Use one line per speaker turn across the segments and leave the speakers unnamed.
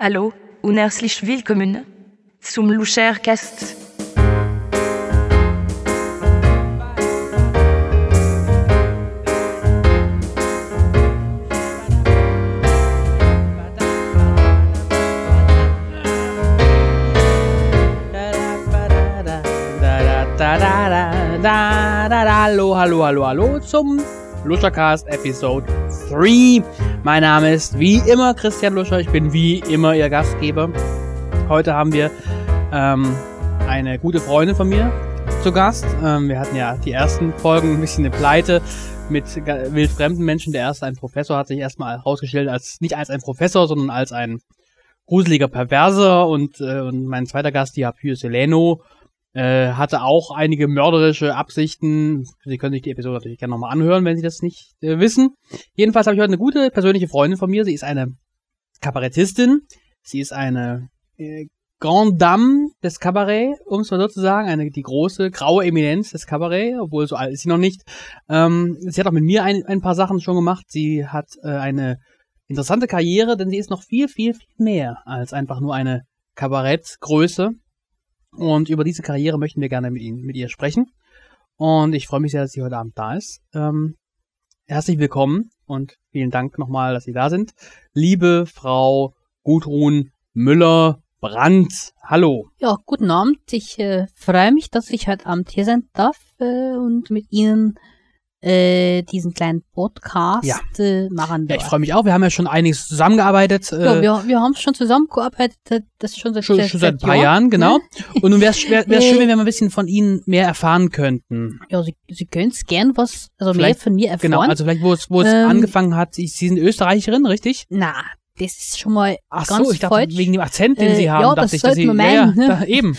Hallo und herzlich willkommen zum Lucher Cast.
Hallo, hallo, hallo, hallo zum Luschercast Episode 3. Mein Name ist wie immer Christian Luscher. Ich bin wie immer Ihr Gastgeber. Heute haben wir ähm, eine gute Freundin von mir zu Gast. Ähm, wir hatten ja die ersten Folgen ein bisschen eine Pleite mit ga- wildfremden Menschen. Der erste, ein Professor, hat sich erstmal herausgestellt als nicht als ein Professor, sondern als ein gruseliger Perverser. Und, äh, und mein zweiter Gast, die Apyr Seleno, äh, hatte auch einige mörderische Absichten. Sie können sich die Episode natürlich gerne nochmal anhören, wenn Sie das nicht äh, wissen. Jedenfalls habe ich heute eine gute persönliche Freundin von mir. Sie ist eine Kabarettistin. Sie ist eine äh, Grande Dame des Kabarett, um es mal so zu sagen. Eine, die große, graue Eminenz des Kabarett, obwohl so alt ist sie noch nicht. Ähm, sie hat auch mit mir ein, ein paar Sachen schon gemacht. Sie hat äh, eine interessante Karriere, denn sie ist noch viel, viel, viel mehr als einfach nur eine Kabarettgröße. Und über diese Karriere möchten wir gerne mit, Ihnen, mit ihr sprechen. Und ich freue mich sehr, dass sie heute Abend da ist. Ähm, herzlich willkommen und vielen Dank nochmal, dass Sie da sind. Liebe Frau Gudrun Müller-Brandt, hallo.
Ja, guten Abend. Ich äh, freue mich, dass ich heute Abend hier sein darf äh, und mit Ihnen äh, diesen kleinen Podcast
Ja.
äh, machen
Ja,
darf.
ich freue mich auch. Wir haben ja schon einiges zusammengearbeitet. Äh,
Ja, wir, wir haben schon zusammengearbeitet, das schon seit, Mhm.
schon, schon seit ein paar Jahren, genau. Und nun wäre es wär, wär's schön, wenn wir mal ein bisschen von Ihnen mehr erfahren könnten.
Ja, Sie, Sie können es gern was, also mehr
Vielleicht-
von mir erfahren.
Genau, also vielleicht, wo es wo es
Ähm,
angefangen hat. Sie Sie sind Österreicherin, richtig?
Na, das ist schon mal
Ach
ganz
so, ich dachte,
falsch.
wegen dem Akzent, den
Äh,
Sie haben,
ja,
dachte
das
ich, dass Sie,
sollte man meinen,
ja,
ne?
ja, da, eben.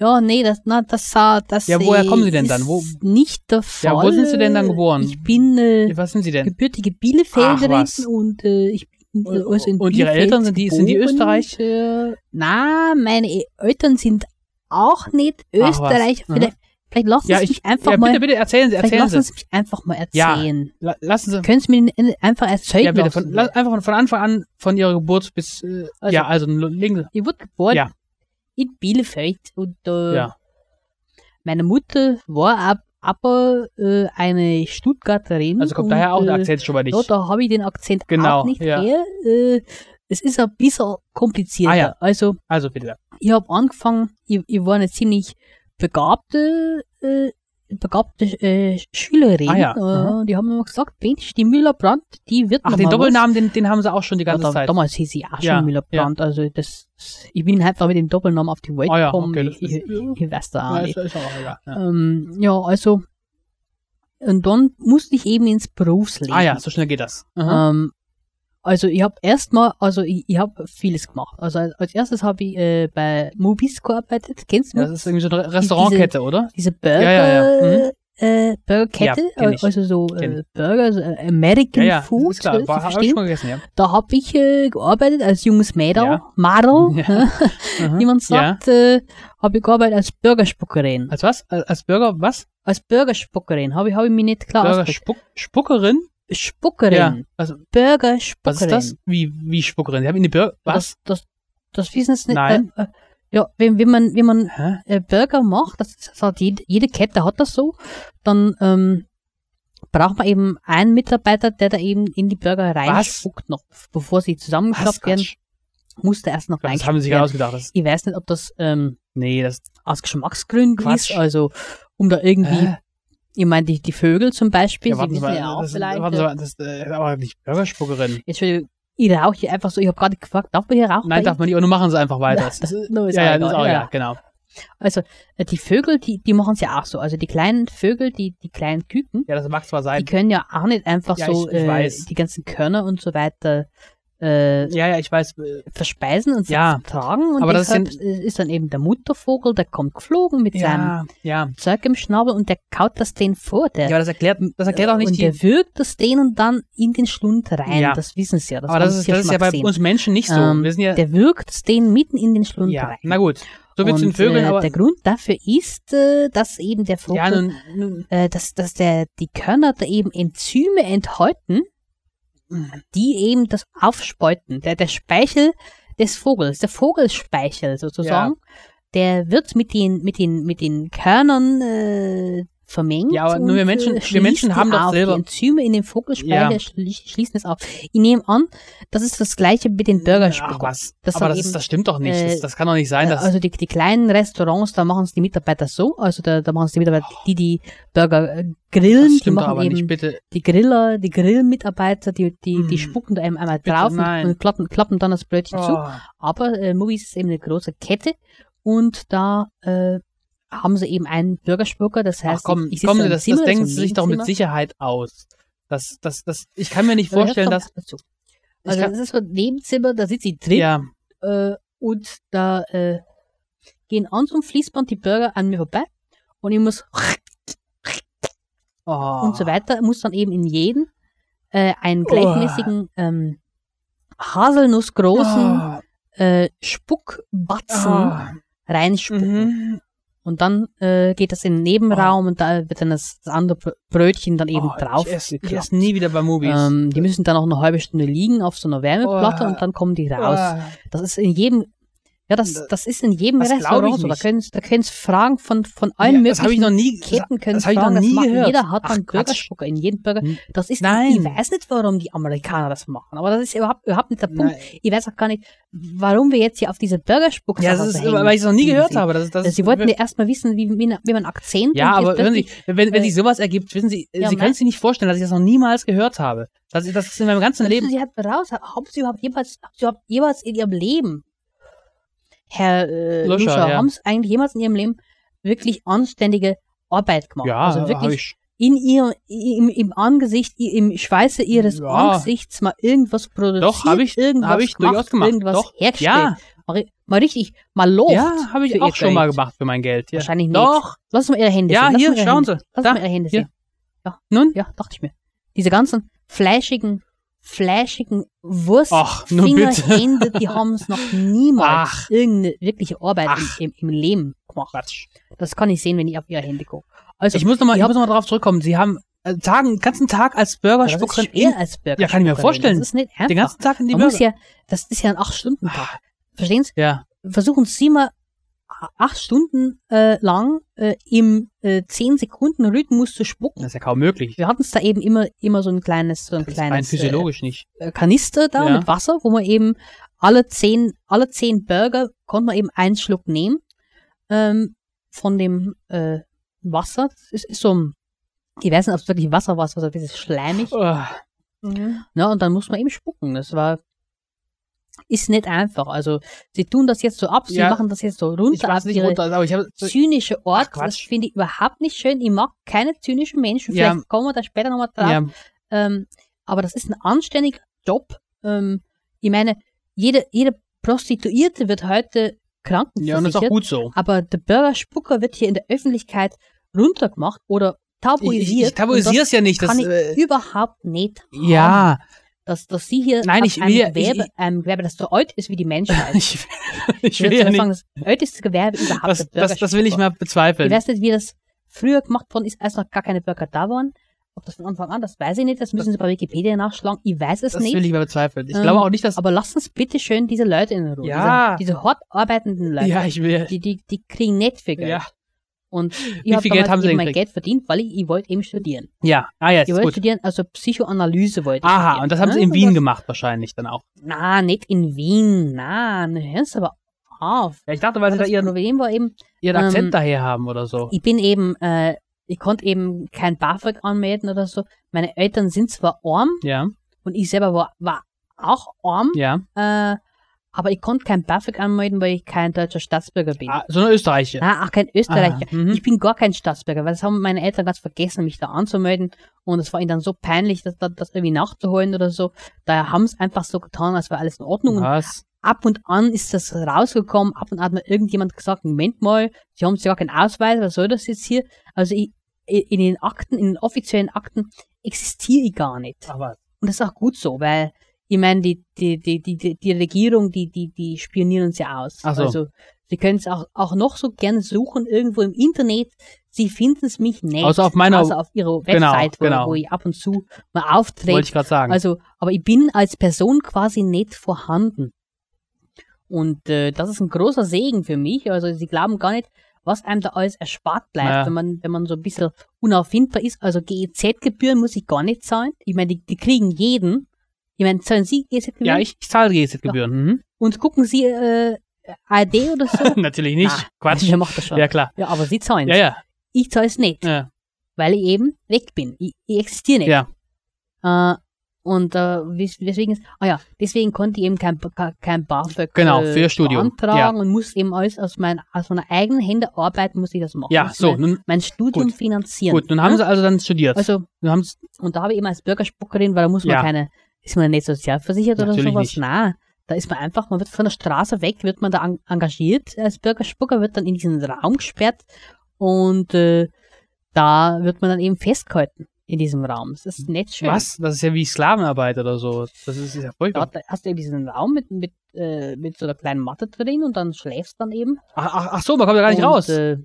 Ja, nee, das, na, das, äh, das
Ja, woher
äh,
kommen Sie denn
ist
dann? Wo-
nicht der Fall.
Ja, wo sind Sie denn dann geboren?
Ich bin äh,
Was sind Sie denn?
gebürtige
Ach,
Bielefelderin
was.
und äh, ich bin äh, also in
und ihre
Bielefeld
Eltern sind die, sind die
geboren. äh,
Österreicher?
Na, meine E- Eltern sind auch nicht
Ach, was.
Österreicher.
Mhm.
Vielleicht, vielleicht lassen
Ja,
Sie
ich,
mich einfach
ja,
mal.
bitte, bitte erzählen Sie,
vielleicht
erzählen
lassen
Sie.
Sie mich einfach mal
Ja.
erzählen.
La lassen Sie.
Können Sie mir n- einfach erzählen?
Ja, bitte, von,
lassen?
la einfach von, von Anfang an, von Ihrer Geburt bis, äh,
Also-
ja, also l- legen Sie.
ich wurde geboren
Ja.
in Bielefeld und äh,
Ja.
meine Mutter war ab, aber äh, eine Stuttgarterin.
Also kommt
und,
daher auch der
äh,
Akzent schon mal nicht.
Ja, da habe ich den Akzent
Genau,
auch nicht
ja.
her. Äh, es ist ein bisschen komplizierter.
Ah, ja.
Also
Also bitte.
ich habe angefangen, ich, ich war eine ziemlich begabte, äh, begabte äh, Schülerin.
Ah, ja.
äh, und die haben immer gesagt, Mensch, die Müller-Brandt, die wird
Ach,
noch
den
mal
Doppelnamen, den, den haben Sie auch schon die
was. Ja,
ganze
da,
Zeit.
Damals hieß ich auch schon
Ja,
Müller-Brandt. Also das, ich bin halt da mit dem Doppelnamen auf die Welt
Ah, ja,
gekommen.
okay, das
ich,
ist-
ich, ich weiß da auch
Ja,
nicht.
ist, ist auch egal. Ja.
Ähm, ja, also und dann musste ich eben ins Berufsleben.
Ah ja, so schnell geht das. Aha.
Ähm, also ich habe erstmal, also ich, ich habe vieles gemacht. Also als, als erstes habe ich äh, bei Movies gearbeitet. Kennst du
Ja, das ist
Movies?
irgendwie so eine Restaurantkette, oder?
diese Burger,
Ja, ja, Mhm.
äh, Burgerkette,
Ja, kenn ich.
also so
Kenn
äh, Burger, so, äh, American
Ja, ja,
Food.
ist klar.
äh,
War, hab
zu
ich
verstehen.
schon mal gegessen, ja.
Da habe ich äh, gearbeitet als junges Mädel,
Ja.
Madel, ne,
Ja. Aha.
wie man sagt, äh, habe ich gearbeitet als Burgerspuckerin.
Als was? Als als Burger, was?
Als Burgerspuckerin, habe ich, hab ich mich nicht klar
Burger
ausgedrückt.
Spuck, Spuckerin?
Spuckerin,
Ja. Was,
Burgerspuckerin.
was ist das? Wie, wie Spuckerin? Sie haben in die Burger, was?
Das, das, das wissen es nicht.
Nein.
Äh, äh, ja, wenn, wenn man, wenn man
Hä?
äh, Burger macht, das, das hat jede, jede Kette hat das so, dann ähm, braucht man eben einen Mitarbeiter, der da eben in die Burger reinspuckt noch. Bevor sie zusammengeklappt werden,
Quatsch.
muss der erst noch
Das
reingespuckt
haben sie genau sich
werden.
ausgedacht. Das,
Ich weiß nicht, ob das ähm,
nee, das
aus Geschmacksgründen
Quatsch.
ist, also um da irgendwie,
Äh,
ich meine, die, die Vögel zum Beispiel,
ja,
die
warten Sie
wissen
mal,
ja auch
das,
vielleicht.
warten Sie
äh,
mal, das äh, aber nicht Burgerspuckerin.
Entschuldigung, ich rauche hier einfach so, ich habe gerade gefragt, darf man hier rauchen?
Nein, darf man nicht, und nun machen sie einfach weiter. Das ist,
No, ist
ja, ja,
auch egal,
das ist auch
ja.
ja, genau.
Also äh, die Vögel, die, die machen es ja auch so. Also die kleinen Vögel, die, die kleinen Küken,
Ja, das mag zwar
die
sein.
können ja auch nicht einfach
Ja,
so
ich- ich
äh,
weiß.
die ganzen Körner und so weiter äh,
Ja, ja, ich weiß. äh,
verspeisen und
Ja.
tragen. Und
Aber das
deshalb
sind-
äh, ist dann eben der Muttervogel, der kommt geflogen mit seinem
Ja, ja.
Zeug im Schnabel und der kaut das den vor.
Ja,
Der,
aber das erklärt, das erklärt auch nicht
und
die.
der wirkt das denen dann in den Schlund rein.
Ja.
Das wissen sie ja. Das
aber
haben
das
sie
ist, das ist
schon
ja
mal
bei
gesehen.
uns Menschen nicht so.
Ähm,
wir sind ja.
Der wirkt es denen mitten in den Schlund
ja.
rein.
Na gut. So wird es
und,
den Vögeln,
äh,
aber.
der Grund dafür ist, äh, dass eben der Vogel
Ja, nun, nun,
äh, dass, dass der, die Körner da eben Enzyme enthalten, die eben das aufspalten. Der, der Speichel, des Vogels, der Vogelspeichel sozusagen, der wird mit den, mit den, mit den Körnern äh, vermengt.
Ja, aber nur wir
und,
Menschen-
äh,
wir
schließt
Menschen
die
haben doch
auf.
selber-
Die Enzyme in dem Vogelspeichel
Ja.
schlie schließen es auf. Ich nehme an, das ist das gleiche mit den Burgerspuckern.
Ach was.
Das
aber
dann
das,
eben-
ist, das stimmt doch nicht.
äh,
das, das kann doch nicht sein,
Ja,
dass.
also die, die kleinen Restaurants, da machen es die Mitarbeiter so, also da, da machen es die Mitarbeiter, die die Burger äh,
das
grillen, die
stimmt doch
machen
aber
eben
nicht, bitte.
die Griller, die Grillmitarbeiter, die, die, die
Hm.
spucken da eben einmal
Bitte
drauf und,
nein.
und klappen, klappen dann das Brötchen zu.
Oh.
Aber äh, Movies ist eben eine große Kette und da äh, haben sie eben einen Burgerspucker, das heißt,
Ach komm,
ich, ich sitze
komm
da im
das,
Zimmer,
das denken
ist so
sie
ein
sich doch mit
Nebenzimmer.
Sicherheit aus. Das, das, das, ich kann mir nicht
Aber da
vorstellen,
hört's
dass.
doch dazu.
ich
Also
kann-
das ist so ein Nebenzimmer, da sitzt sie drin
Ja,
äh, und da äh, gehen an zum Fließband die Burger an mir vorbei und ich muss
oh.
und so weiter, muss dann eben in jeden äh, einen gleichmäßigen ähm, haselnussgroßen
Oh.
äh, Spuckbatzen
Oh.
reinspucken.
Mhm.
Und dann äh, geht das in den Nebenraum und da wird dann das, das andere Br- Brötchen dann eben
oh,
drauf.
Ich esse, ich
geklappt.
esse nie wieder bei Movies.
ähm, die müssen dann auch eine halbe Stunde liegen auf so einer Wärmeplatte
Oh.
und dann kommen die
Oh.
raus. Das ist in jedem, ja, das, das ist in jedem
Das glaub ich
Restaurant so. Da
nicht.
können, da können fragen von, von
Ja,
allen möglichen
das habe ich noch nie. Das,
Ketten können
das habe ich noch
fragen, das
nie
macht-
gehört.
Jeder hat
Ach,
einen
Quatsch.
Burgerspucker in jedem Burger.
Hm.
Das ist,
Nein.
ich weiß nicht, warum die Amerikaner das machen, aber das ist überhaupt, überhaupt nicht der Punkt.
Nein.
Ich weiß auch gar nicht, warum wir jetzt hier auf diese Burgerspucker
ja, das ist, weil ich es noch nie gehört habe. Das, das,
Sie wollten ja erstmal wissen, wie, wie, wie man Akzent
Ja,
und
aber
jetzt
hören Sie,
plötzlich-
wenn, wenn
äh,
sich sowas ergibt, wissen Sie,
ja,
Sie
mein-
können sich nicht vorstellen, dass ich das noch niemals gehört habe. Das, das ist in meinem ganzen
müssen
Leben.
Sie halt raus, haben Sie überhaupt jemals, haben Sie überhaupt jemals in Ihrem Leben, Herr äh,
Luscher,
Luscher,
ja.
haben Sie eigentlich jemals in Ihrem Leben wirklich anständige Arbeit gemacht? also
hab
wirklich
ich,
in ihr, im, im Angesicht, i- im Schweiße ihres
Ja.
Angesichts mal irgendwas produziert,
Doch, hab ich-
irgendwas
hab ich
gemacht,
durchaus gemacht,
irgendwas
doch.
hergestellt. Oh,
ja,
Mal, ri- mal richtig, mal Lob.
ja, habe ich auch schon mal gemacht für mein Geld. Ja.
Wahrscheinlich nicht.
Doch,
Lass uns mal ihre Hände
ja,
sehen. Lass
hier,
mal ihre
schauen
Hände.
Sie.
Lass
Da,
mal ihre Hände
hier.
sehen. Ja.
Nun?
Ja, dachte ich mir. Diese ganzen fleischigen, fleischigen Wurst.
Ach, nun bitte.
Fingerhände, die haben es noch niemals
Ach.
irgendeine wirkliche Arbeit
Ach.
im, im, im Leben gemacht.
Quatsch.
Das kann ich sehen, wenn ich auf ihre Hände gucke. Also,
Ich muss nochmal
Ja.
noch mal drauf zurückkommen. Sie haben äh, Tagen, den ganzen Tag als
das ist
Burgerspuckerin
schwer
in,
als Burger.
Ja, kann ich mir vorstellen.
Das ist nicht einfach.
den ganzen Tag in die Ah.
Man muss
Burger.
ja, das ist ja ein 8-Stunden-Tag. Verstehen Sie?
Ja,
Versuchen Sie mal a- acht Stunden äh, lang äh, im äh, 10-Sekunden-Rhythmus zu
das
spucken.
ist ja kaum möglich.
Wir hatten es da eben immer, immer so ein kleines, so ein
Das ist rein
kleines äh,
physiologisch nicht.
Kanister da
Ja.
mit Wasser, wo man eben alle zehn, alle zehn Burger konnte man eben einen Schluck nehmen ähm, von dem äh, Wasser. Das ist, ist so ein, ich weiß nicht, ob es wirklich Wasser war, es war so ein bisschen schleimig.
Oh,
Ja, und dann muss man eben spucken. Das war. Ist nicht einfach. Also, sie tun das jetzt so ab, sie
Ja,
machen das jetzt so
ich
runter auf
weiß nicht
ihre
runter, aber ich habe.
zynische Ort.
Quatsch.
das finde ich überhaupt nicht schön. Ich mag keine zynischen Menschen.
Ja.
Vielleicht kommen wir da später nochmal drauf.
Ja,
Ähm, aber das ist ein anständiger Job. Ähm, ich meine, jede, jede Prostituierte wird heute
ja, und das ist auch
krankenversichert.
gut so.
aber der Burgerspucker wird hier in der Öffentlichkeit runtergemacht oder
Ich,
tabuisiert.
ich, ich
Und
tabuisiere es ja nicht. Das,
kann ich
äh,
überhaupt nicht. haben
ja,
dass, dass sie hier
Nein,
auf
ich
einem
will ja- ich-
Gewerbe, einem Gewerbe, das so alt ist wie die Menschheit.
ich, ich
Ich
will
würde
ja
sogar
nicht.
sagen, das älteste Gewerbe überhaupt.
Das,
der
das, das will ich
Bürgersport.
mal
Ich
bezweifeln.
weiß nicht, wie das früher gemacht worden ist, als noch gar keine Bürger da waren. Ob das von Anfang an, das weiß ich nicht. Das müssen Sie bei Wikipedia nachschlagen. Ich weiß es
Das will
nicht.
ich mal bezweifeln. Ich
Ähm,
glaube auch nicht, dass.
Aber lasst uns bitte schön diese Leute in Ruhe.
Ja.
Diese, diese hart arbeitenden Leute.
Ja, ich will.
Die, die, die kriegen nicht viel Geld.
Ja,
Und ich habe
viel Geld
damals
haben sie
eben mein
gekriegt?
Geld verdient, weil ich, ich wollte eben studieren.
ja. Ah, ja, ist
Ich wollte
gut.
studieren, also Psychoanalyse wollte ich
Aha,
studieren.
und das haben
Ne?
sie in
Und
Wien
das-
gemacht, wahrscheinlich dann auch.
Na, nicht in Wien. Na, hörst aber auf.
Ja, ich dachte, weil sie da
Das
ihren,
Problem war eben,
ihren
ähm,
Akzent daher haben oder so.
ich bin eben, äh, ich konnte eben kein BAföG anmelden oder so. Meine Eltern sind zwar arm
Ja,
und ich selber war, war auch arm,
ja.
äh, aber ich konnte kein BAföG anmelden, weil ich kein deutscher Staatsbürger bin.
Ah, so eine Österreicher.
Na, auch kein Österreicher.
Ah, mhm.
Ich bin gar kein Staatsbürger, weil das haben meine Eltern ganz vergessen, mich da anzumelden. Und es war ihnen dann so peinlich, das, das irgendwie nachzuholen oder so. Daher haben es einfach so getan, als wäre alles in Ordnung. Und
Was?
ab und an ist das rausgekommen, ab und an hat mir irgendjemand gesagt, Moment mal, Sie haben sogar keinen Ausweis, was soll das jetzt hier? Also ich, i- in den Akten, in den offiziellen Akten existiere ich gar nicht.
Ach, was?
Und das ist auch gut so, weil ich meine, die, die, die, die, die- die Regierung, die, die, die spionieren uns ja aus.
Ach so.
Also sie können es auch, auch noch so gerne suchen, irgendwo im Internet, sie finden es mich nicht.
Außer auf meiner-
außer auf ihrer Website, wo,
genau.
wo ich ab und zu mal
Wollte
auftrete
ich gerade sagen.
also, aber ich bin als Person quasi nicht vorhanden. Und äh, das ist ein großer Segen für mich. Also sie glauben gar nicht, was einem da alles erspart bleibt,
Ja.
wenn man wenn man so ein bisschen unauffindbar ist. Also GEZ-Gebühren muss ich gar nicht zahlen. Ich meine, die, die kriegen jeden. Ich meine, zahlen Sie GEZ-Gebühren?
Ja, ich, ich zahle GEZ-Gebühren. Mhm.
Und gucken Sie äh, ARD oder so?
Natürlich nicht.
Ah,
Quatsch.
Wer macht das schon?
Ja, klar.
Ja, aber Sie zahlen
Ja, ja.
Ich zahle es nicht,
ja.
weil ich eben weg bin. Ich, ich existiere nicht.
Ja.
Äh, und äh, wes- weswegen ist, ah ja, deswegen konnte ich eben kein, ka- kein BAföG
Genau,
äh,
für Studium.
beantragen
Ja.
und muss eben alles aus, mein, aus meiner eigenen Hände arbeiten, muss ich das machen.
ja,
Muss
so.
Mein,
Nun,
mein Studium
Gut.
finanzieren.
gut, nun haben
Ja?
sie also dann studiert.
Also,
nun haben sie,
und da habe ich eben als Bürgerspuckerin, weil da muss man
Ja.
keine, ist man nicht sozialversichert
Natürlich
oder sowas.
nicht.
Na, da ist man einfach, man wird von der Straße weg, wird man da en- engagiert als Bürgerspucker, wird dann in diesen Raum gesperrt und äh, da wird man dann eben festgehalten in diesem Raum. Das ist nicht schön.
was? Das ist ja wie Sklavenarbeit oder so. Das ist, ist ja furchtbar.
Dort hast du eben diesen Raum mit, mit, äh, mit so einer kleinen Matte drin und dann schläfst dann eben.
Ach, ach, ach so, man kommt ja gar nicht
und,
raus.
Äh,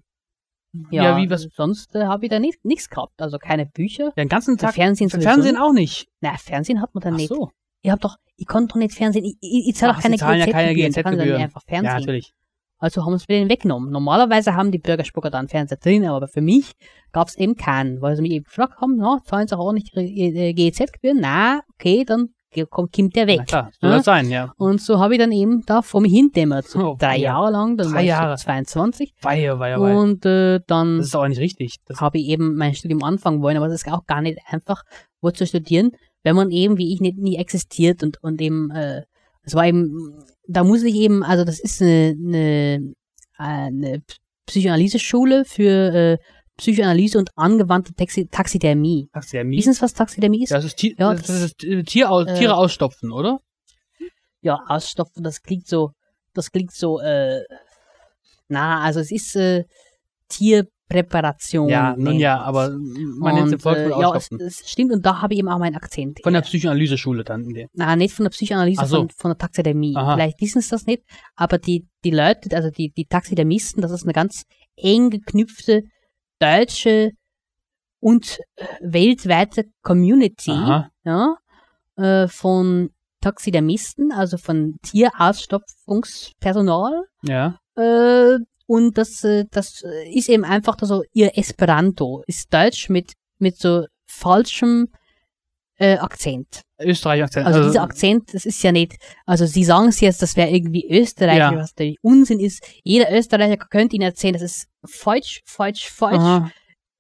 ja,
Ja, wie was-
sonst äh, habe ich da nicht- nichts gehabt. Also keine Bücher.
Den ganzen Tag.
Fernsehen sowieso
Fernsehen
nicht.
auch nicht.
Na, Fernsehen hat man dann
Ach
nicht.
so.
Ich hab doch, ich konnte doch nicht Fernsehen, ich, ich, ich zahle
Ach,
doch
Sie
keine
zahlen ja keine
GEZ-Gebühren, ich kann dann
GEZ-Gebühren.
einfach
Ja,
Fernsehen.
natürlich.
also haben uns mir den weggenommen. Normalerweise haben die Bürgerspucker dann Fernseher drin, aber für mich gab's eben keinen, weil sie mich eben gefragt haben, na, zahlen sie auch nicht ihre äh, GEZ-Gebühren? Na, okay, dann ge- kommt, kommt der
Na
weg.
klar, soll
Ja?
das sein, ja.
Und so habe ich dann eben da vor mich hindämmert, so
Oh,
drei
ja.
Jahre lang, dann
Drei
war ich
Jahre.
so 22
Weihe, weihe, weihe.
und äh, dann
oh, Das ist auch nicht richtig. Das,
habe ich eben mein Studium anfangen wollen, aber es ist auch gar nicht einfach, wo zu studieren, wenn man eben wie ich nicht nie existiert und und eben äh, es war eben da muss ich eben also das ist eine eine, äh, eine Psychoanalyseschule für äh, Psychoanalyse und angewandte Taxi Taxidermie.
das ist ja
Wissen Sie, was Taxidermie ist? Ja,
Das ist, Ti
Ja,
das,
das-
ist äh, Tier aus,
äh,
Tiere ausstopfen, oder?
ausstopfen, das klingt so das klingt so äh, na, also es ist äh, Tierpräparation. ne?
Ja, nun
nennt
ja,
man's.
aber man nennt
und,
es Volksmund
äh, ja, es, äh,
ausstopfen.
es stimmt und da habe ich eben auch meinen Akzent.
Von der Psychoanalyseschule dann. in der-
Nein, nicht von der Psychoanalyse,
Ach so.
von, von der Taxidermie.
Aha.
Vielleicht wissen sie das nicht, aber die, die Leute, also die, die Taxidermisten, das ist eine ganz eng geknüpfte deutsche und äh, weltweite Community
Aha.
ja, äh, von Taxidermisten, also von Tierausstopfungspersonal.
Ja.
Äh, und das, äh, das äh, ist eben einfach so ihr Esperanto, ist Deutsch mit, mit so falschem äh, Akzent.
Österreich-Akzent.
Also, dieser Akzent, das ist ja nicht, also sie sagen es jetzt, das wäre irgendwie Österreicher,
Ja.
was natürlich Unsinn ist. Jeder Österreicher könnte ihnen erzählen, das ist falsch, falsch, falsch.
Aha.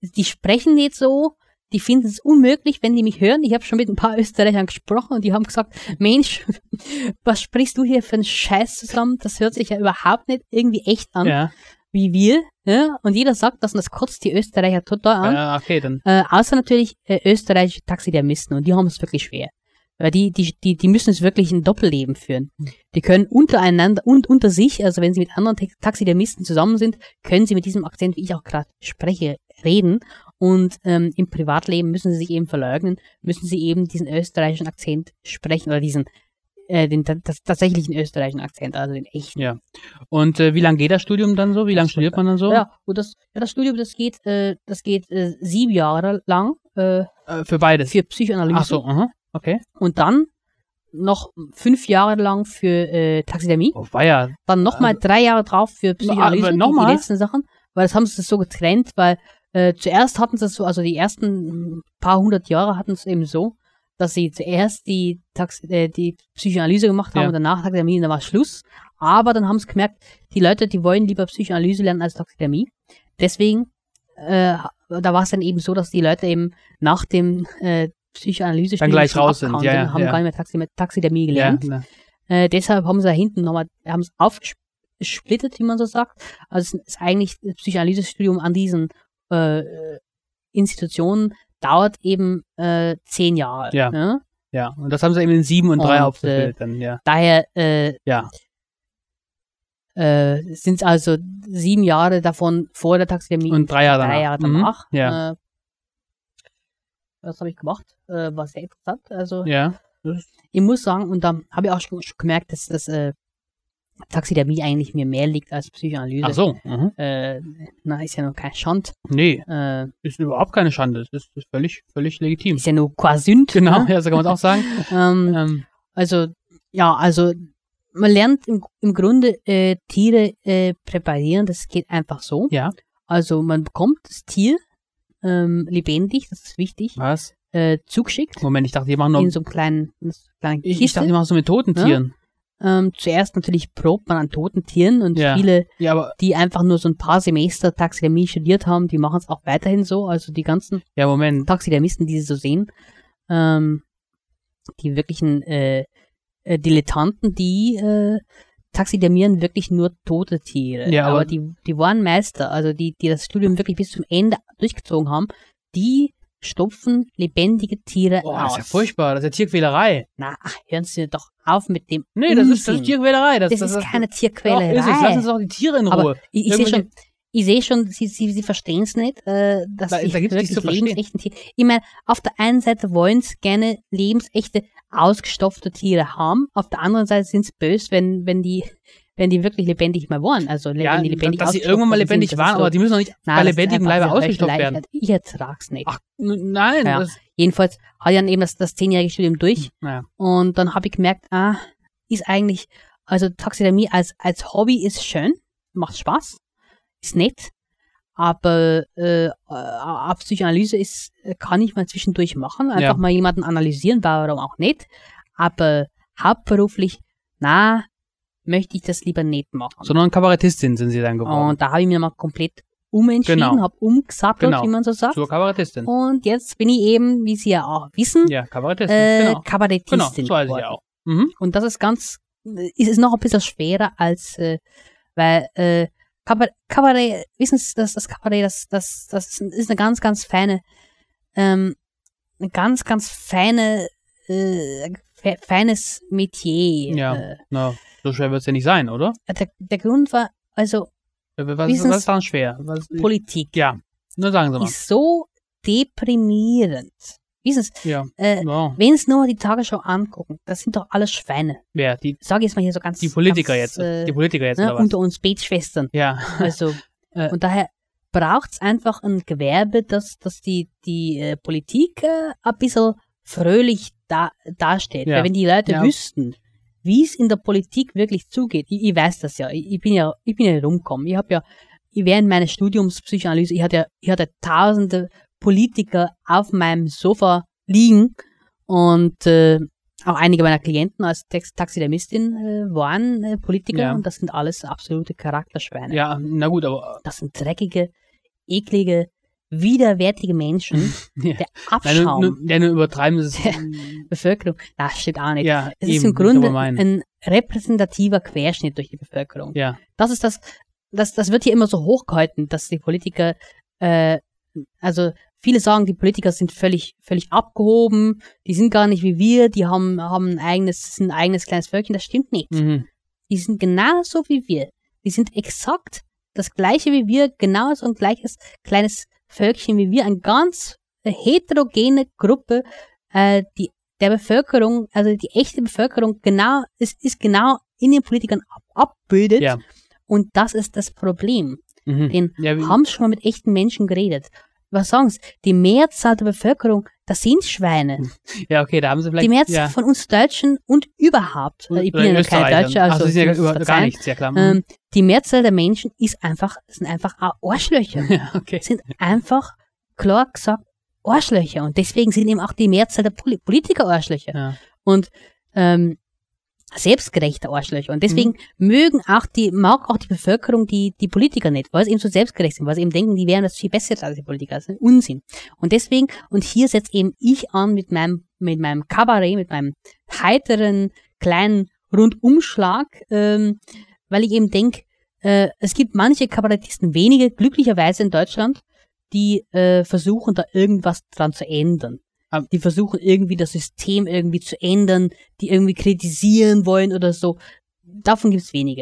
Die sprechen nicht so, die finden es unmöglich, wenn die mich hören. Ich habe schon mit ein paar Österreichern gesprochen und die haben gesagt, Mensch, was sprichst du hier für einen Scheiß zusammen? Das hört sich ja überhaupt nicht irgendwie echt an,
Ja.
wie wir. Ja? Und jeder sagt das und das kotzt die Österreicher total an.
ja, okay, dann.
Äh, außer natürlich äh, österreichische Taxidermisten und die haben es wirklich schwer. Weil die, die, die, die müssen es wirklich ein Doppelleben führen. Die können untereinander und unter sich, also wenn sie mit anderen Tex- Taxidermisten zusammen sind, können sie mit diesem Akzent, wie ich auch gerade spreche, reden. Und ähm, im Privatleben müssen sie sich eben verleugnen, müssen sie eben diesen österreichischen Akzent sprechen oder diesen äh, den ta- das- tatsächlichen österreichischen Akzent, also den echten.
Und äh, wie lange geht das Studium dann so? Wie lange studiert man dann so?
Ja, und das, ja, das Studium, das geht, äh, das geht äh, sieben Jahre lang äh,
Äh, für beides.
für Psychoanalyse.
Ach so, aha. okay.
und dann noch fünf Jahre lang für äh, Taxidermie,
Oh, weia.
dann nochmal mal drei Jahre drauf für
Ähm, aber
Psychoanalyse, die-
noch mal?
die letzten Sachen, weil das haben sie so getrennt, weil äh, zuerst hatten sie es so, also die ersten paar hundert Jahre hatten es eben so, dass sie zuerst die, Tax äh, die Psychoanalyse gemacht haben
Ja.
und danach Taxidermie, und dann war Schluss. Aber dann haben sie gemerkt, die Leute, die wollen lieber Psychoanalyse lernen als Taxidermie. Deswegen, äh, da war es dann eben so, dass die Leute eben nach dem äh, Psychoanalyse
Dann gleich raus sind, ja, ja,
haben
ja.
gar nicht mehr Taxi Taxidermie
Ja,
gelernt.
na.
Äh, deshalb haben sie da hinten nochmal, haben es aufgesplittet, wie man so sagt. Also es ist eigentlich das Psychoanalysestudium an diesen äh, äh, Institutionen dauert eben äh, zehn Jahre.
Ja.
Ne?
ja. Und das haben sie eben in sieben und drei
Und,
aufgebildet dann, ja.
Daher äh,
Ja.
äh, sind es also sieben Jahre davon vor der Taxidermie
Und drei Jahre danach.
drei Jahre danach.
Mhm. Ja.
Äh, das habe ich gemacht. Äh, war sehr interessant. Also
Ja.
ich muss sagen, und dann habe ich auch schon, schon gemerkt, dass das äh, Taxidermie eigentlich mir mehr liegt als Psychoanalyse.
Ach so. Mhm.
Äh, na, ist ja noch kein Schand.
Nee,
Äh,
ist überhaupt keine Schande. Das ist, ist völlig, völlig legitim.
ist ja nur quasi Sünd.
Genau,
Ne?
ja, so kann man es auch sagen.
Ähm,
ähm,
also, ja, also man lernt im, im Grunde äh, Tiere äh, präparieren, das geht einfach so.
Ja.
Also man bekommt das Tier ähm, lebendig, das ist wichtig,
Was?
äh, zugeschickt
Moment, ich dachte, die machen nur.
in so einem kleinen, in so einer kleinen
ich, ich
Kiste.
dachte, die machen so mit toten
Ja?
Tieren.
ähm, zuerst natürlich probt man an toten Tieren und
Ja.
viele,
Ja, aber,
die einfach nur so ein paar Semester Taxidermie studiert haben, die machen es auch weiterhin so. Also die ganzen
ja, Moment.
Taxidermisten, die sie so sehen, ähm, die wirklichen äh, äh, Dilettanten, die äh, taxidermieren wirklich nur tote Tiere.
Ja, aber-
aber die, die waren Meister, also die, die das Studium wirklich bis zum Ende durchgezogen haben, die stopfen lebendige Tiere
Boah, das
aus.
ist ja furchtbar. Das ist ja Tierquälerei.
Na, ach, hören Sie doch auf mit dem
Nee, das ist, das
Unsinn.
ist Tierquälerei. Das,
Das,
das,
ist
das-
keine
Doch,
Tierquälerei.
ist es. Lassen Sie doch die Tiere in Ruhe.
aber ich, ich sehe
Irgendwelche-
schon, ich sehe schon, sie, sie, sie verstehen es nicht, äh, dass
Da-
sie
da gibt's nichts zu verstehen.
lebensechten Tiere. Ich meine, auf der einen Seite wollen sie gerne lebensechte, ausgestopfte Tiere haben, auf der anderen Seite sind sie böse, wenn, wenn die wenn die wirklich lebendig mal waren. Also le-
ja,
wenn die lebendig
dass sie
ausgestopft
irgendwann mal
worden sind,
lebendig
das ist
waren,
so,
aber die müssen noch nicht
na,
bei
das ist
lebendigem
einfach
Leibe
diese
ausgestopft werden.
Heuchelei. Ich ertrag's nicht.
Ach, N- Nein,
Ja.
das,
Jedenfalls hatte ich dann eben das, das zehnjährige Studium durch
naja.
und dann habe ich gemerkt, ah, ist eigentlich, also Taxidermie als, als Hobby ist schön, macht Spaß, ist nett, aber äh, äh, eine Psychoanalyse ist, kann ich mal zwischendurch machen, einfach
Ja.
mal jemanden analysieren, warum auch nicht, aber hauptberuflich, na, möchte ich das lieber nicht machen.
sondern Kabarettistin sind sie dann geworden.
und da habe ich mir mal komplett umentschieden,
Genau.
habe umgesattelt,
Genau.
wie man so sagt.
Zur Kabarettistin.
Und jetzt bin ich eben, wie Sie ja auch wissen,
Ja, Kabarettistin,
äh,
genau. Genau,
Kabarettistin
so heißt sie
geworden.
ja auch. Mhm.
Und das ist ganz, ist es noch ein bisschen schwerer als, äh, weil äh, Kabarett, Kabarett, wissen Sie, das, das Kabarett, das, das, das ist eine ganz, ganz feine, ähm, eine ganz, ganz feine, äh, fe- feines Metier.
Ja.
Äh,
Na, so schwer wird es ja nicht sein, oder? Äh,
der, der Grund war, also
Was, was
Wissens-
ist daran schwer? Was,
Politik
ja, genau. nur sagen Sie mal.
ist so deprimierend. Wissen Sie,
ja,
äh,
wow.
wenn Sie nur mal die Tagesschau angucken, das sind doch alle Schweine.
Wer? Die,
Sag ich jetzt mal hier so ganz.
die Politiker
ganz,
jetzt.
Äh,
die Politiker jetzt,
ne,
oder was?
unter uns Betschwestern.
Ja,
Also,
Äh.
und daher braucht's einfach ein Gewerbe, dass, dass die, die äh, Politik äh, ein bisschen fröhlich da, dasteht.
Ja.
Weil wenn die Leute
Ja.
wüssten, wie es in der Politik wirklich zugeht, ich, ich weiß das ja, ich, ich bin ja, ich bin ja rumgekommen. Ich habe ja ich- während meines Studiums Psychoanalyse, ich hatte, ich hatte tausende Politiker auf meinem Sofa liegen und äh, auch einige meiner Klienten als Tax Taxidermistin äh, waren äh, Politiker
Ja.
und das sind alles absolute Charakterschweine.
ja, na gut, aber
Das sind dreckige, eklige, widerwärtige Menschen.
Ja.
Der
Nein,
Abschaum
nur, nur, ja, nur ne, übertreiben ist es.
der Bevölkerung, das stimmt auch nicht.
ja,
es
eben,
ist im
das
Grunde
aber mein.
ein repräsentativer Querschnitt durch die Bevölkerung.
Ja.
Das ist das, das, das wird hier immer so hochgehalten, dass die Politiker, äh, also viele sagen, die Politiker sind völlig, völlig abgehoben, die sind gar nicht wie wir, die haben, haben ein eigenes, ein eigenes kleines Völkchen, das stimmt nicht.
Mhm.
Die sind genauso wie wir. Die sind exakt das gleiche wie wir, genauso ein gleiches kleines Völkchen wie wir. Eine ganz heterogene Gruppe, äh, die der Bevölkerung, also die echte Bevölkerung, genau, es ist genau in den Politikern ab, abbildet.
Ja.
Und das ist das Problem.
Mhm.
Den
ja, wie-
haben schon mal mit echten Menschen geredet. Was sagen sie? Die Mehrzahl der Bevölkerung, das sind Schweine.
ja, okay, da haben sie vielleicht.
Die Mehrzahl
ja.
von uns Deutschen und überhaupt. Äh, Ich bin
Oder
ja noch kein
Österreichern.
Deutscher,
Ach,
also
das ist ja
das
über, gar
verzeihen.
nichts, ja klar. Mhm.
Ähm, die Mehrzahl der Menschen ist einfach, sind einfach auch Arschlöcher.
ja, okay.
sind einfach, klar gesagt, Arschlöcher. Und deswegen sind eben auch die Mehrzahl der Poli Politiker Arschlöcher.
Ja.
Und ähm, selbstgerechte Arschlöcher. Und deswegen
Mhm.
mögen auch die, mag auch die Bevölkerung die, die Politiker nicht, weil sie eben so selbstgerecht sind, weil sie eben denken, die wären das viel besser als die Politiker. Das ist ein Unsinn. Und deswegen, und hier setze eben ich an mit meinem, mit meinem Kabarett, mit meinem heiteren, kleinen Rundumschlag, ähm, weil ich eben denke, äh, es gibt manche Kabarettisten, wenige, glücklicherweise in Deutschland, die äh, versuchen, da irgendwas dran zu ändern.
Am-
Die versuchen irgendwie das System irgendwie zu ändern, die irgendwie kritisieren wollen oder so. Davon gibt es wenige.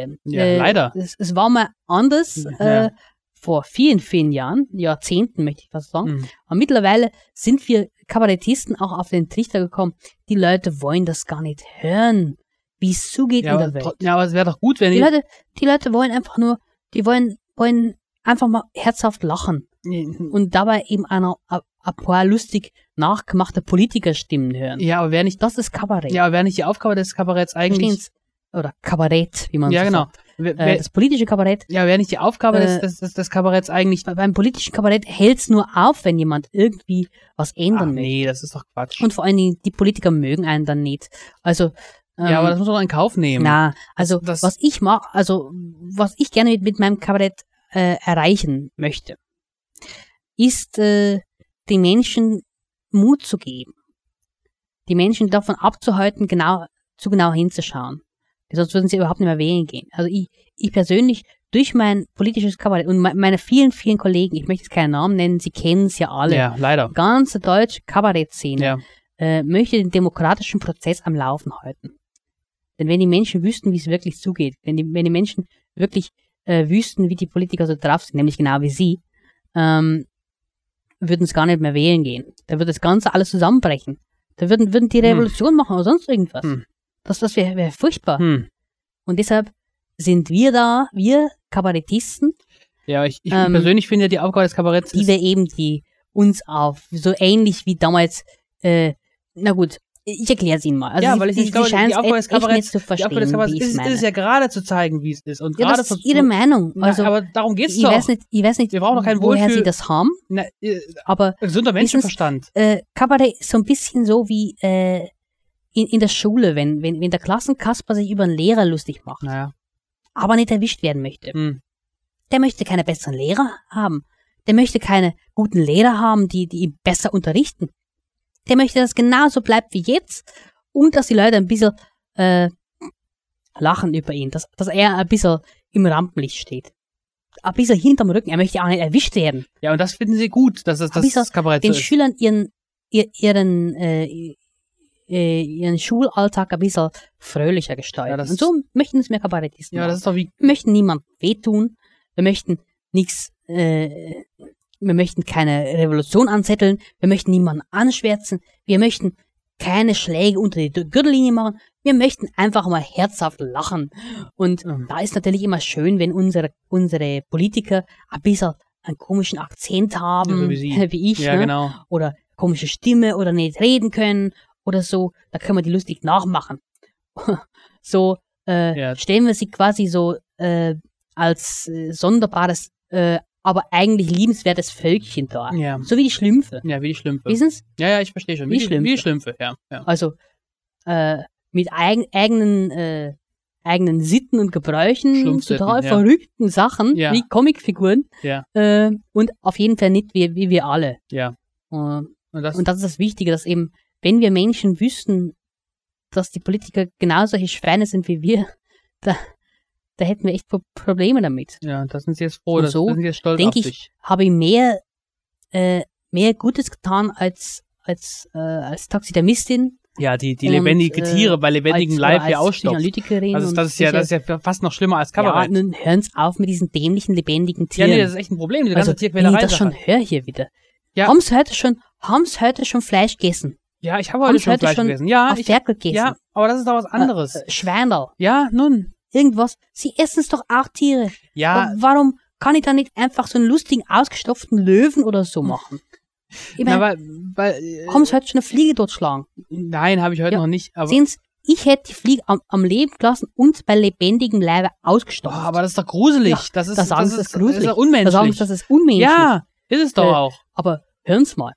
Ja,
Äh,
leider.
Es, es war mal anders
Ja.
äh, vor vielen, vielen Jahren, Jahrzehnten möchte ich fast sagen.
Mhm.
Aber mittlerweile sind wir Kabarettisten auch auf den Trichter gekommen. Die Leute wollen das gar nicht hören, wie es zugeht
Ja,
in der
aber,
Welt.
tro- ja, aber es wäre doch gut, wenn
Die Leute, die Leute wollen einfach nur, die wollen, wollen einfach mal herzhaft lachen und dabei eben einer, a, a paar lustig nachgemachte Politikerstimmen hören.
Ja, aber wäre nicht,
Das ist Kabarett.
ja, aber wäre nicht die Aufgabe des Kabaretts eigentlich,
Verstehen's? oder Kabarett, wie man
ja,
so
genau.
sagt.
Wer,
Äh,
wer,
das politische Kabarett.
ja, wäre nicht die Aufgabe
äh,
des, des, des, des Kabaretts eigentlich.
Bei- Beim politischen Kabarett hält's nur auf, wenn jemand irgendwie was
Ach,
ändern will.
nee, das ist doch Quatsch.
Und vor allen Dingen, die Politiker mögen einen dann nicht. Also, ähm,
ja, aber das muss man doch in Kauf nehmen.
na, also
Das-
was ich mache, also was ich gerne mit, mit meinem Kabarett äh, erreichen möchte, ist äh, den Menschen Mut zu geben. Die Menschen davon abzuhalten, genau zu genau hinzuschauen. Sonst würden sie überhaupt nicht mehr wählen gehen. Also ich, ich persönlich, durch mein politisches Kabarett und me meine vielen, vielen Kollegen, ich möchte jetzt keinen Namen nennen, sie kennen es ja alle.
ja, leider.
Ganze deutsche Kabarettszene
Ja.
äh, möchte den demokratischen Prozess am Laufen halten. Denn wenn die Menschen wüssten, wie es wirklich zugeht, wenn die, wenn die Menschen wirklich äh, wüssten, wie die Politiker so drauf sind, nämlich genau wie sie, ähm, würden es gar nicht mehr wählen gehen. Da würde das Ganze alles zusammenbrechen. Da würden, würden die
Hm.
Revolution machen oder sonst irgendwas.
Hm.
Das, das wäre wär furchtbar.
Hm.
Und deshalb sind wir da, wir Kabarettisten,
Ja, ich, ich
Ähm,
persönlich finde ja die Aufgabe des Kabaretts
die
ist,
wir eben die uns auf, so ähnlich wie damals, äh, na gut, ich erkläre es Ihnen mal. Also
Ja,
sie,
weil ich
sie,
nicht glaube,
sie
die
scheinen's
Aufgabe
e-
des
echt nicht
Kabaretts-
zu
die
verstehen,
Aufgabe des Kabaretts
wie ich's
ist,
meine.
ist es ja gerade zu zeigen, wie es ist. Und
ja,
gerade
das ist
versuchen-
ihre Meinung.
Na,
Also,
aber darum geht's
ich
doch.
weiß nicht, ich weiß nicht
Wir brauchen doch kein
woher
Wohlfühl-
sie das haben,
Na, äh,
aber
gesunder Menschenverstand.
äh, Kabarett ist so ein bisschen so wie äh, in, in der Schule, wenn, wenn, wenn der Klassenkasper sich über einen Lehrer lustig macht,
Naja.
aber nicht erwischt werden möchte.
Hm.
Der möchte keine besseren Lehrer haben. Der möchte keine guten Lehrer haben, die, die ihn besser unterrichten. Der möchte, dass es genauso bleibt wie jetzt und dass die Leute ein bisschen äh, lachen über ihn, dass, dass er ein bisschen im Rampenlicht steht. Ein bisschen hinterm Rücken, er möchte auch nicht erwischt werden.
Ja, und das finden sie gut, dass das,
Hab
das,
ich so
das Kabarett so
Den
ist.
Schülern ihren, ihr- ihren, äh, äh, ihren Schulalltag ein bisschen fröhlicher gestalten.
Ja, das-
und so möchten es mehr Kabarettisten
Ja,
machen
das ist doch wie
wir möchten niemandem wehtun, wir möchten nichts, äh, wir möchten keine Revolution anzetteln, wir möchten niemanden anschwärzen, wir möchten keine Schläge unter die Gürtellinie machen, wir möchten einfach mal herzhaft lachen. Und
Mhm.
da ist natürlich immer schön, wenn unsere, unsere Politiker ein bisschen einen komischen Akzent haben,
Ja, so wie Sie.
wie ich,
Ja,
ne?
genau.
oder komische Stimme oder nicht reden können oder so, da können wir die lustig nachmachen. so äh,
Ja.
stellen wir sie quasi so äh, als äh, sonderbares, äh, aber eigentlich liebenswertes Völkchen dar.
Ja.
So wie die Schlümpfe.
Ja, wie die Schlümpfe.
Wissen's?
Ja, ja, ich verstehe schon.
Wie
Wie, die-
Schlümpfe.
Wie die Schlümpfe, ja. ja.
Also äh, mit eig eigenen äh, eigenen Sitten und Gebräuchen, und
Schlumpfsitten,
total
ja.
verrückten Sachen,
Ja.
wie Comicfiguren.
Ja.
Äh, und auf jeden Fall nicht wie, wie wir alle.
Ja.
Äh,
Und das,
Und das ist das Wichtige, dass eben, wenn wir Menschen wüssten, dass die Politiker genau solche Schweine sind wie wir, da, da hätten wir echt Pro Probleme damit.
ja, das sind sie jetzt froh,
Und
das,
so
das sind sie jetzt stolz
denk
auf
ich-
sich.
Habe ich mehr, äh, mehr Gutes getan als, als, äh, als Taxidermistin,
Ja, die, die
Und,
lebendige
äh,
Tiere bei lebendigem
als,
Leib
oder
hier
als
ausstopft.
Psychoanalytikerin.
Also
und
das ist ja,
solche-
das ist ja fast noch schlimmer als
ja,
Kabarett. Ja,
nun hören's auf mit diesen dämlichen, lebendigen Tieren.
nee, das ist echt ein Problem, diese ganze
also,
also,
wenn ich
Tierquälerei.
das schon höre hier wieder.
Ja.
Haben's heute schon, haben's heute schon Fleisch gegessen?
ja, ich habe heute
Haben's
halt schon
heute
Fleisch
schon
gegessen. Ja,
auf
Ah, ich,
Ferkel gegessen?
ja, aber das ist doch was anderes.
Äh, Schweinerl,
ja, nun.
irgendwas. Sie essen es doch auch Tiere.
Ja,
Wa- Warum kann ich da nicht einfach so einen lustigen, ausgestopften Löwen oder so machen? Ich
na,
meine,
weil, weil, äh,
haben sie heute schon eine Fliege totschlagen?
nein, habe ich heute
Ja.
noch nicht. Aber,
Sehen's, ich hätte die Fliege am, am Leben gelassen und bei lebendigem Leibe
oh,
ausgestopft.
aber das ist doch gruselig.
Ja,
das ist,
da sagen sie,
das
das
ist,
ist gruselig.
Das ist doch
da sagen
unmenschlich.
sie, das ist unmenschlich.
ja, ist es doch
Äh,
auch.
Aber hören's mal.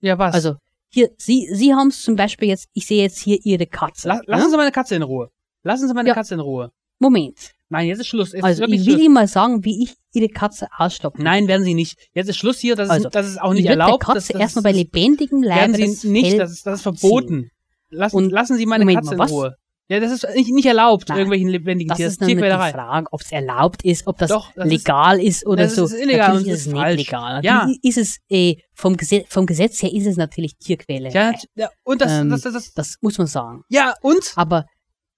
Ja, was?
Also, hier, Sie, Sie haben es zum Beispiel jetzt, ich sehe jetzt hier Ihre Katze.
La lassen
ne?
Sie meine Katze in Ruhe. Lassen Sie meine
Ja.
Katze in Ruhe.
Moment.
Nein, jetzt ist Schluss. Jetzt
Also,
ist wirklich
ich will
Schluss.
Ihnen mal sagen, wie ich Ihre Katze ausstopfe.
Nein, werden Sie nicht. Jetzt ist Schluss hier. Das ist,
Also,
das ist auch
ich
nicht
würde der
erlaubt. das,
Katze
das
erstmal
ist-
bei lebendigem Leibe
werden Sie
das
nicht.
Fell
Das ist, das ist verboten. Lassen,
Und-
lassen Sie meine
Moment
Katze
mal,
in
was?
Ruhe. Ja, das ist nicht, nicht erlaubt,
Nein,
irgendwelchen lebendigen
Das
Tieren.
ist nur mit die
Tierquälerei.
Frage, ob es erlaubt ist, ob das,
Doch, das ist-
legal ist, oder
das
so.
ist illegal
natürlich
und
ist es
ist
nicht
falsch.
legal.
Ja.
Natürlich Ist es, äh, vom, Gesetz, vom Gesetz her ist es natürlich Tierquälerei.
Ja, ja, und das,
Ähm,
das, das, das,
Das muss man sagen.
ja, und?
Aber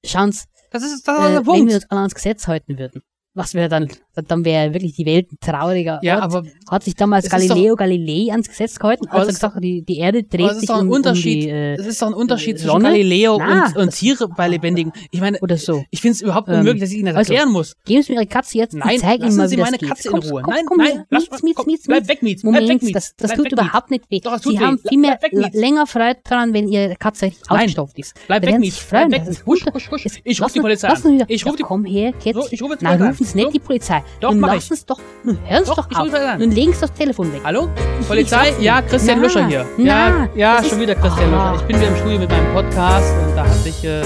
schauen Sie,
Das ist, das ist
äh,
der
wenn wir
Punkt.
uns alle ans Gesetz halten würden, was wäre dann, dann- dann wäre wirklich die Welt ein trauriger
Ja,
Ort.
aber
Hat sich damals
Es ist
Galileo Galilei ans Gesetz gehalten,
Aber
als
es
er
ist
gesagt hat, die, die Erde
aber
dreht
es ist
sich
doch ein
um, um
Unterschied.
die, äh,
es ist doch ein Unterschied zwischen
Sonne?
Galileo
Na, Ah,
und, und Tiere bei lebendigen. Ich meine,
oder so.
ich finde es überhaupt
Ähm,
unmöglich, dass ich Ihnen das
also-
erklären muss.
Geben Sie mir Ihre Katze jetzt,
Nein,
ich zeige Ihnen
lassen
mal,
Sie
wie
meine
das
Katze
geht.
in
Komm,
Ruhe.
Komm,
Nein,
komm
nein,
hier.
lass
Mietz,
mal-
Mietz,
komm,
Mietz,
bleib
Mietz.
weg, Mietz, bleib
Moment,
weg, Mietz,
das, das
bleib
tut
weg,
überhaupt nicht weh.
Doch, das tut
Sie
weh.
haben
Bleib-
viel mehr
bleib weg, Mietz.
länger Freude daran, wenn Ihre Katze richtig
Nein.
ausgestopft ist.
Bleib
Da
weg,
werden
Mietz,
Sie sich
bleib
freuen.
weg,
Das
Mietz.
ist
Husch,
wunder-
husch, husch.
Ist-
Ich ruf
lassen-
die Polizei
lassen
an.
Sie doch-
Ich ruf die-
Ja, Komm her,
So,
Kätzchen.
ich ruf jetzt
Na,
Polizei
rufen Sie
an.
nicht die Polizei.
Doch,
Nun
mach
lassen Sie doch, nun hören Sie
Doch,
doch
ich ruf
auf.
jetzt an.
Nun legen Sie das Telefon weg.
Hallo?
Ich-
Polizei?
ich weiß
Ja,
nicht.
Christian
Na,
Löscher hier.
na,
ja, ja
das
schon
ist-
wieder Christian
Ah.
Löscher. Ich bin wieder im Studio mit meinem Podcast und da hat sich äh,